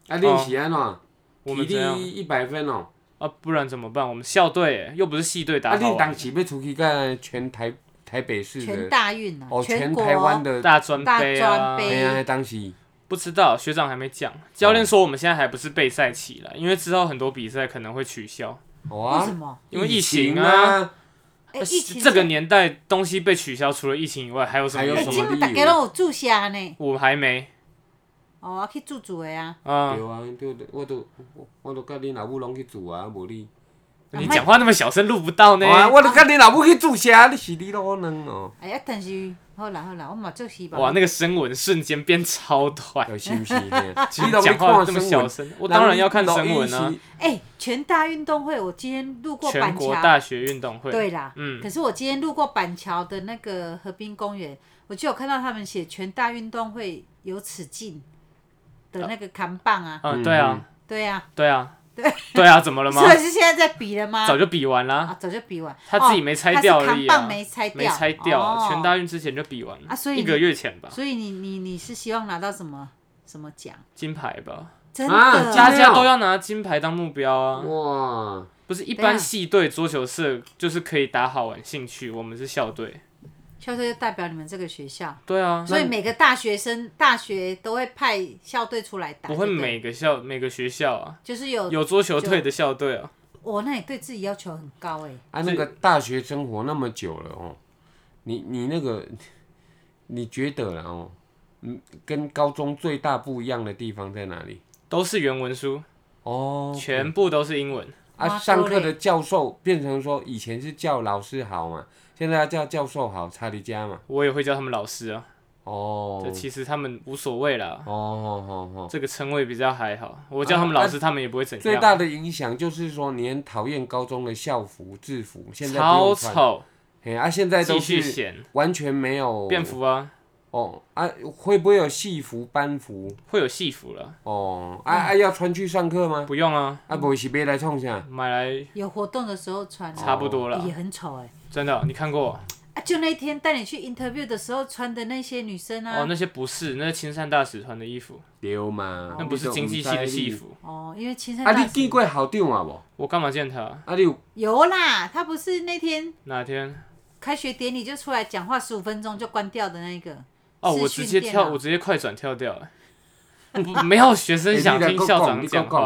A: 啊，练习安怎？
C: 哦我们
A: 体
C: 这样
A: 力一百分哦。
C: 啊，不然怎么办？我们校队欸又不是系队
A: 啊，
C: 打好
A: 你
C: 玩
A: 当，时要出去干全台台北市
B: 全
A: 的，
B: 大运啊，
A: 哦，全
B: 全国
A: 台湾的，
C: 大专
B: 大
C: 杯啊
B: 专，杯
A: 哎呀，当时
C: 不知道，学长还没讲。教
A: 哦
C: 练说我们现在还不是备赛期了，因为之后很多比赛可能会取消。
B: 为
A: 哇
B: 什，么？
C: 因为疫情
A: 哦啊情
C: 啊，
A: 啊，
B: 哎、
C: 呃
B: 疫情
C: 这个年代东西被取消，除了疫情以外，还有什么
A: 还有
C: 原
B: 哎，
A: 什
C: 因？
A: 么
B: 今晚大家都有住下呢，
C: 我还没
B: 哦，啊去住住的啊。
C: 啊、
A: 对啊，对对，我都我我都甲你老母拢去住啊，无你，
C: 你讲话那么小声，录不到哦呢。
A: 啊，我都甲你老母去住下，你是你老卵哦。
B: 哎呀，但是好啦好啦，我嘛做希望。
C: 哇，那个声纹瞬间变超短，
A: 有哦是不 是？
C: 其实
A: 你都没
C: 哎讲话
A: 看新
C: 这么
A: 闻
C: 小声，我当然要看声纹
A: 老
C: 啊
A: 一。是
B: 哎、全大运动会，我今天路过
C: 全
B: 板
C: 国
B: 桥，
C: 大学运动会，
B: 对啦，
C: 嗯
B: 可是我今天路过板桥的那个河滨公园，我就有看到他们写“全大运动会有此境”的那个扛棒啊，
C: 嗯，对啊，
B: 对啊，
C: 对啊，对啊，怎么了吗
B: 所？以是现在在比了吗？
C: 早就比完啦，
B: 啊，早就比完，
C: 他自己没拆掉
B: 哦
C: 而
B: 他
C: 已
B: 是扛
C: 啊
B: 棒，没拆掉，
C: 没拆掉啊，
B: 哦
C: 全大运之前就比完了啊
B: 啊所以
C: 一
B: 你
C: 个月前吧，
B: 所以你你你是希望拿到什么什么奖？
C: 金牌吧，
B: 真
A: 啊
B: 的，
A: 加
C: 大
A: 油
C: 家都要拿金牌当目标啊！
A: 哇，
C: 不是一
B: 等一
C: 般
B: 下
C: 系队桌球社就是可以打好玩兴趣，我们是校队。
B: 校队就代表你们这个学校，
C: 对啊，
B: 所以每个大学生大学都会派校队出来打，
C: 不会
B: 对对
C: 每个校每个学校啊
B: 就是有
C: 有桌球队的校队啊。
B: 我那你对自己要求很高哎、
A: 啊，那个大学生活那么久了哦，你你那个， 你觉得啦哦，嗯，跟高中最大不一样的地方在哪里？
C: 都是原文书，
A: 哦，
C: 全部都是英文。
A: 啊，
B: 哇
A: 上
B: 多
A: 课
B: 嘞
A: 的教授变成说，以前是叫老师好嘛，现在要叫教授好，查理加嘛。
C: 我也会叫他们老师啊，
A: 哦
C: 这，其实他们无所谓啦，
A: 哦哦哦哦，
C: 这个称谓比较还好。我叫他们老师，他们也不会怎
A: 最
C: 样。
A: 大的影响就是说，你很讨厌高中的校服制服，现在不
C: 超
A: 用穿。
C: 丑，
A: 嘿，啊，现在都
C: 继续
A: 是
C: 显
A: 完全没有
C: 便服啊，
A: 哦啊，会不会有戏服、班服？
C: 会有戏服了，
A: 哦，啊啊，要穿去上课吗？
C: 不用啊，
A: 啊，不是别来冲啥？
C: 买来
B: 有活动的时候穿、
C: 差不多
B: 也
C: 了，
B: 很丑哎、
C: 真的，你看过
B: 啊，就那天带你去 interview 的时候穿的那些女生啊
C: 哦？，那些不是，那是青山大使团的衣服，
A: 丢嘛，
C: 那不是经济系的戏。服。
B: 哦，因为青山
A: 啊，
B: 大
A: 你
B: 使
A: 见过校长啊无？
C: 我干嘛见他？
A: 啊，你有
B: 有啦，他不是那天
C: 哪天？
B: 开学典礼就出来讲话十五分钟就关掉的那一个。
C: 哦，
B: 视
C: 我
B: 讯
C: 直接
B: 电
C: 跳，
B: 脑
C: 我直接快转跳掉了。不没有学生想听校
A: 哎
C: 长讲话，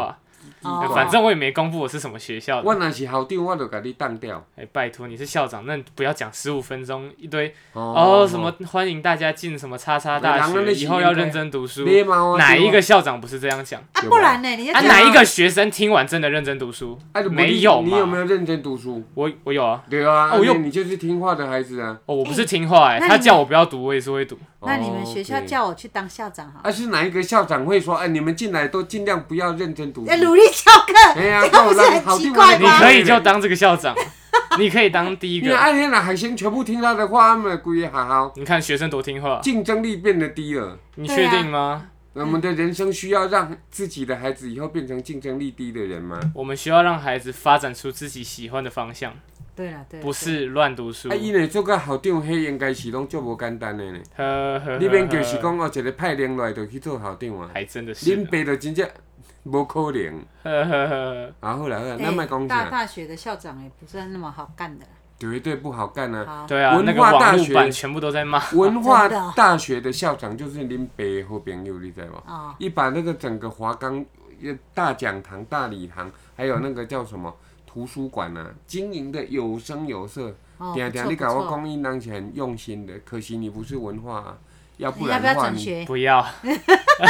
B: 哦
C: 嗯反正我也没公布我是什么学校的。
A: 我若是校长，我就甲你当掉。
C: 哎，拜托，你是校长，那不要讲十五分钟一堆
A: 哦
C: 哦，什么欢迎大家进什么叉叉
A: 人
C: 大
A: 家那
C: 学，
A: 是
C: 以后要认真读书。
A: 礼貌啊
C: 哪一？
A: 对
C: 个校长不是这样讲？
B: 啊，
A: 有吧
B: 不然呢？你要
A: 哎
C: 啊，
B: 讲
C: 哪一个学生听完真的认真读书
A: 吧啊，你？不
C: 没有
A: 你有没
C: 嘛？
A: 有认真读书？
C: 我我有啊，
A: 对啊，
C: 哦
A: 而
C: 又
A: 且你就是听话的孩子啊。
C: 哦，我不是听话哎，
B: 那
C: 他
B: 你
C: 叫我不要读，我也是会读。
B: 那你们学校
A: OK
B: 叫我去当校长好了？
A: 啊，是哪一个校长会说，哎，你们进来都尽量不要认真读书
B: 要。努力教课，
A: 哎呀
B: 这个不是
A: 够了
B: 很奇怪
A: 好地
C: 你
A: 方
B: 吗
A: 的？
C: 可以就当这个校长，你可以当第一
A: 因为
C: 个。
A: 安天的海鲜全部听他的话，他们归好好，
C: 你看学生多听话，
A: 竞争力变得低了。
C: 你
B: 对
C: 确
B: 啊
C: 定吗？
A: 我们的人生需要让自己的孩子以后变成竞争力低的人吗？啊
C: 我们需要让孩子发展出自己喜欢的方向，
B: 对了，对啦，
C: 不是乱读书。
A: 啊，伊呢做个校长，迄应该是拢足无简单诶呢。
C: 嗯呵呵呵，
A: 你免就是讲哦，一个派人来就去做校长啊，
C: 还真的是
A: 恁。爸就真正无可能。
C: 呵呵呵，
A: 啊，好啦好啦，
B: 哎
A: 咱莫讲
B: 大
A: 啥，
B: 大学的校长也不是那么好干的啦。哦
A: 绝对不好干啊。
B: 好，
C: 对啊，
A: 文
C: 那个
A: 化大
C: 网络
A: 学
C: 版全部都在骂。
A: 文化
B: 真的哦
A: 大学的校长就是恁爸的好朋友，你知道吗？
B: 哦，
A: 一把那个整个华冈呃大讲堂、大礼堂，还有那个叫什么图书馆啊，经营的有声有色。
B: 哦，
A: 等下等下，
B: 不错
A: 你
B: 不
A: 搞我
B: 错。
A: 公益当起很用心的，可惜你不是文化、啊，要不
B: 你哎
A: 然
B: 要不
A: 的
B: 要
A: 话
B: 转
A: 你，
B: 学？
C: 不要，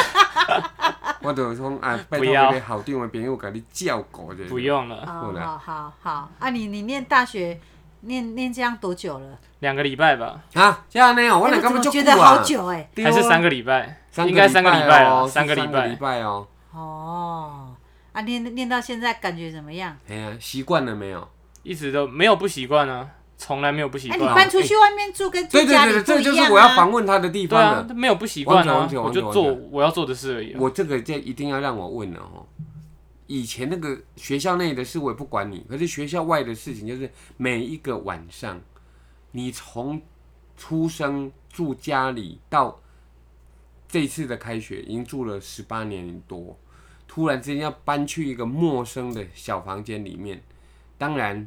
A: 我就讲啊，
B: 嗯
A: 拜
C: 不
A: 托
C: 要
A: 你好定的朋友给你照顾者。
C: 不用了，
B: 哦
A: 后，来
B: 好好好啊！你你念大学，念念这样多久了？
C: 两个礼拜吧，
A: 啊，这样呢，我那
B: 哎我怎
A: 根本
B: 么
A: 就
B: 觉得好久哎？
A: 对啊，
C: 还是三个礼拜，
A: 个
C: 应该三个礼拜
A: 哦
C: 了，
A: 是
C: 三
A: 三
C: 个礼
A: 个礼
C: 拜。
A: 拜哦。
B: 哦，啊，念念到现在感觉怎么样？
A: 哎呀，习惯了没有？
C: 一直都没有不习惯啊，从来没有不习
B: 哎，
C: 惯
B: 你
C: 啊。
B: 搬出去外面住跟住
A: 对对
B: 家里
A: 对对，这
B: 不
A: 个就
B: 一
A: 是
B: 样
A: 我要
B: 啊。
A: 访问他的地
C: 对
A: 方
C: 啊
A: 了。，
C: 没有不习惯
A: 完
C: 啊，
A: 全完全
C: 我
A: 完全
C: 就做我要做的事而已啊。
A: 我这个这一定要让我问了哦。以前那个学校内的事我也不管你，可是学校外的事情就是每一个晚上，你从出生住家里到这次的开学，已经住了十八年多，突然之间要搬去一个陌生的小房间里面，当然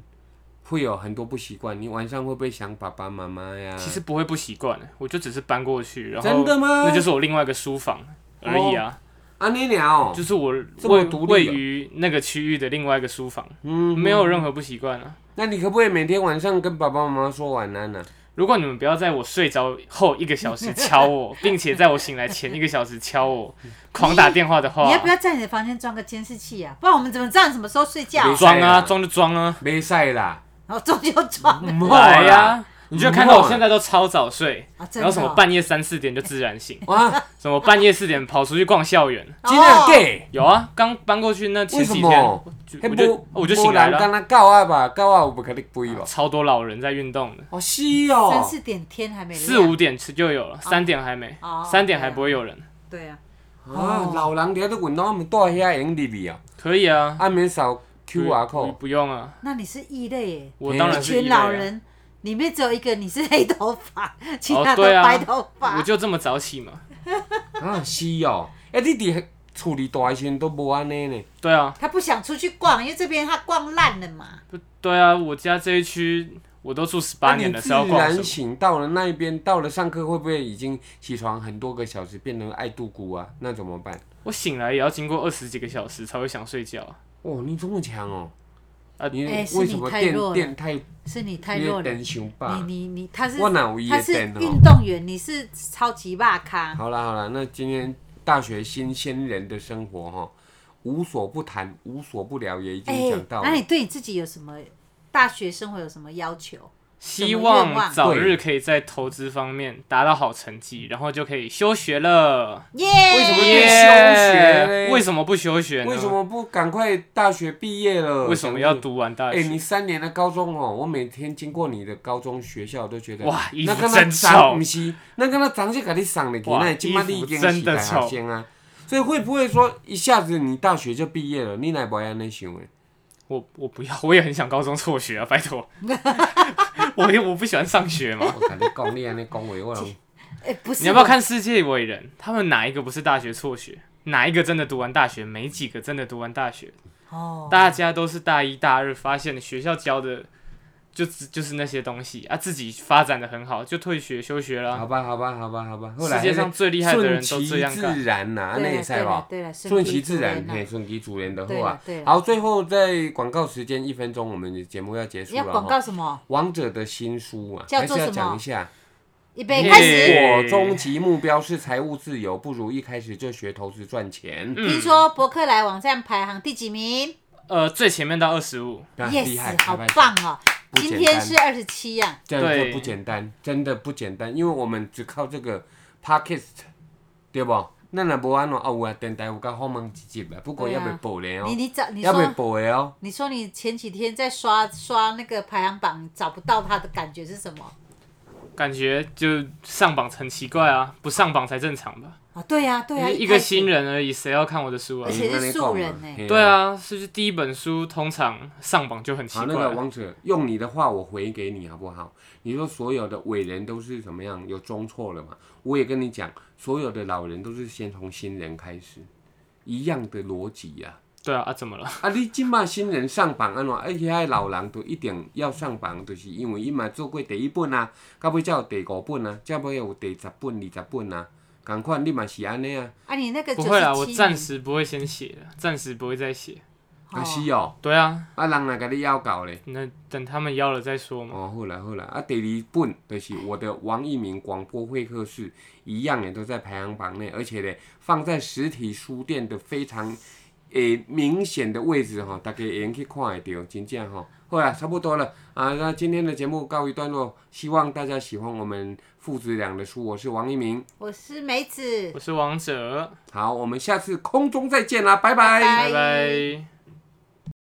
A: 会有很多不习惯。你晚上会不会想爸爸妈妈呀？
C: 其实不会不习惯，我就只是搬过去，然后
A: 真的吗
C: 那就是我另外一个书房而已啊，
A: 啊，你鸟
C: 就是我
A: 这么
C: 位
A: 独立
C: 位
A: 啊
C: 于那个区域的另外一个书房，
A: 嗯，
C: 没有任何不习惯啊。
A: 那你可不可以每天晚上跟爸爸妈妈说晚安呢、啊
C: 如果你们不要在我睡着后一个小时敲我，并且在我醒来前一个小时敲我，狂打电话的话
B: 你，要不要在你的房间装个监视器啊？不然我们怎么知道你什么时候睡觉啊？
C: 装
A: 哎呀
C: 啊装就装啊，
A: 没晒啦，
B: 然后装就装了
C: 来呀！你就看
A: 嗯
C: 到我现在都超早睡，
B: 啊！真
C: 然
B: 的
C: 后
B: 哦。
C: 什么半夜三四点就自然醒，
A: 哇，
C: 什么半夜四点跑出去逛校园，
A: 今天
B: 哦
A: gay，
C: 有啊，刚搬过去那前
A: 为什
C: 几天，
A: 么
C: 我？就我就我就醒来了
A: 刚。刚告啊吧，告啊，我不可能不了。
C: 超多老人在运动的，
A: 哦，是哦，
B: 三四点天还没亮
C: 四五点吃就有了，三点还没
B: 哦，
C: 三点还不会有人，
B: 对啊，
A: 啊
B: 哦，
A: 老人伫咧运动，们带遐用入去啊，
C: 可以啊
A: 啊免扫
C: 不
A: QR
C: 不
A: code，
C: 不用啊，
B: 那你是异类耶，
C: 我
A: 嗯
C: 当然
B: 一
C: 是
B: 群
C: 异类啊
B: 老人里面只有一个你是黑头发，其他都
C: 对啊
B: 白头发
C: 我。就这么早起嘛，
A: 啊是哦，哎你伫处理大时都无安尼呢。
C: 对啊，
B: 他不想出去逛，因为这边他逛烂了嘛。
C: 不对啊，我家这一区我都住十八年了，是要
A: 那你自
C: 逛什
A: 然
C: 么？
A: 醒到了那一边，到了上课会不会已经起床很多个小时，变成爱度孤啊？那怎么办？
C: 我醒来也要经过二十几个小时才会想睡觉啊、
A: 哦，你这么强哦！
C: 啊
A: 你
B: 哎是
A: 为
B: 你
A: 什么
B: 太
A: 电
B: 弱了
A: 电太
B: 是你太
A: 你
B: 弱
A: 的
B: 了，
A: 电伤吧？
B: 你你你，他是
A: 我哪有夜
B: 他是
A: 店
B: 运
A: 哦？
B: 动员，你是超级霸咖。
A: 好啦好啦，那今天大学新鲜人的生活哈，无所不谈，无所不聊，也已经讲到了。
B: 哎那你对你自己有什么大学生活有什么要求？
C: 希
B: 愿望
C: 望早日可以在投资方面达到好成绩，然后就可以休学了。
B: 耶、
A: 为什么
C: 耶
A: 不休学嘞
C: 为什么不休
B: 哎
C: 学呢？
A: 为什么不赶快大学毕业了？
C: 为什么要？读完大
A: 哎、
C: 学？
A: 你三年的高中哦，我每天经过你的高中学校，都觉得
C: 哇衣服
A: 那跟他
C: 真
A: 长
C: 丑
A: 不是，那跟他长就给你赏了，给
C: 哇
A: 那今嘛你已
C: 衣服
A: 经
C: 真的
A: 洗白
C: 丑
A: 先啊。所以会不会说一下子你大学就毕业了，你哪不安那想的？
C: 我我不要，我也很想高中辍学啊，拜托。 我又我不喜欢上学 嘛。
A: 我跟你讲，你安尼讲话，我 拢
B: 哎、不是，
C: 你要不要？看世界伟人？他们哪一个不是大学辍学？哪一个真的读完大学？没几个真的读完大学。
B: 哦，
C: 大家都是大一大二发现学校教的，就只就是那些东西啊，自己发展的很好，就退学休学
A: 好
C: 啦。
A: 吧，好吧，好吧，好吧。后来
C: 世界上最厉害的人都这样
A: 顺其
C: 干。
A: 自然呐、啊，那
B: 对
A: 也
B: 了
A: 赛
B: 对
A: 吧
B: 了，对了，
A: 顺其自然，
B: 呐
A: 嘿，顺其自然的
B: 啊对
A: 后啊
B: 了。对了，
A: 好，最后在广告时间一分钟，我们的节目要结束
B: 你
A: 了
B: 要
A: 哈。
B: 广告什么？
A: 王者的新书啊，
B: 叫
A: 还
B: 做
A: 是
B: 什么
A: 要讲一下。
B: 预备
C: 耶
B: 开始。
A: 我终极目标是财务自由，不如一开始就学投资赚钱。
C: 嗯
B: 听说博客来网站排行第几名、
C: 呃，最前面到二十五，
A: 啊
B: y
A: 厉
B: e
A: 害，
B: s 好
A: 拍拍手
B: 棒哦！
A: 不
B: 今
A: 简
B: 天
A: 单
B: 是二十七啊呀，
A: 这样就
C: 对
A: 不简单，真的不简单，因为我们只靠这个 podcast，对不？那若无安怎啊？有啊，电台有甲访问一集啊，不过
B: 对
A: 要
B: 啊
A: 被报嘞哦
B: 你，你找你
A: 要被
B: 说
A: 报的哦。
B: 你说你前几天在刷刷那个排行榜找不到他的感觉是什么？
C: 感觉就上榜很奇怪啊，不上榜才正常吧？
B: 哦，对呀、对呀、
C: 一个
B: 开始
C: 新人而已，谁要看我的书啊
B: 而？且是
A: 你跟你
B: 素人
A: 讲嘛
B: 呢
A: 嘿
C: 对啊，是不是第一本书通常上榜就很奇
A: 好，那
C: 怪
A: 个
C: 啊？
A: 王者，用你的话我回给你好不好？你说所有的伟人都是怎么样？有中错了嘛？我也跟你讲，所有的老人都是先从新人开始，一样的逻辑呀、
C: 对啊，啊怎么了？
A: 啊，你即马新人上榜安怎？而且遐老人都一定要上榜，就是因为伊嘛做过第一本啊，到尾才有第五本啊，才尾有第十本、二十本啊。共款你嘛是安尼啊，
B: 啊，你那个
C: 不会啦，
B: 97
C: 我暂
B: 名
C: 时不会先写了，暂时不会再写。
A: 啊
B: 哦
A: 是哦，
C: 对啊，
A: 啊人来甲你要搞咧。
C: 那等他们邀了再说嘛。
A: 哦，好啦好啦，啊第二本就是我的王一鸣广播会客室，一样也都在排行榜内，而且呢放在实体书店的非常诶、明显的位置哈、大家会用去看会到，真正哈、好啦，差不多了啊，那今天的节目告一段落，希望大家喜欢我们父子俩的书，我是王一鸣，
B: 我是梅子
C: 我，是王者，
A: 好，我们下次空中再见啦，拜
B: 拜
C: 拜拜。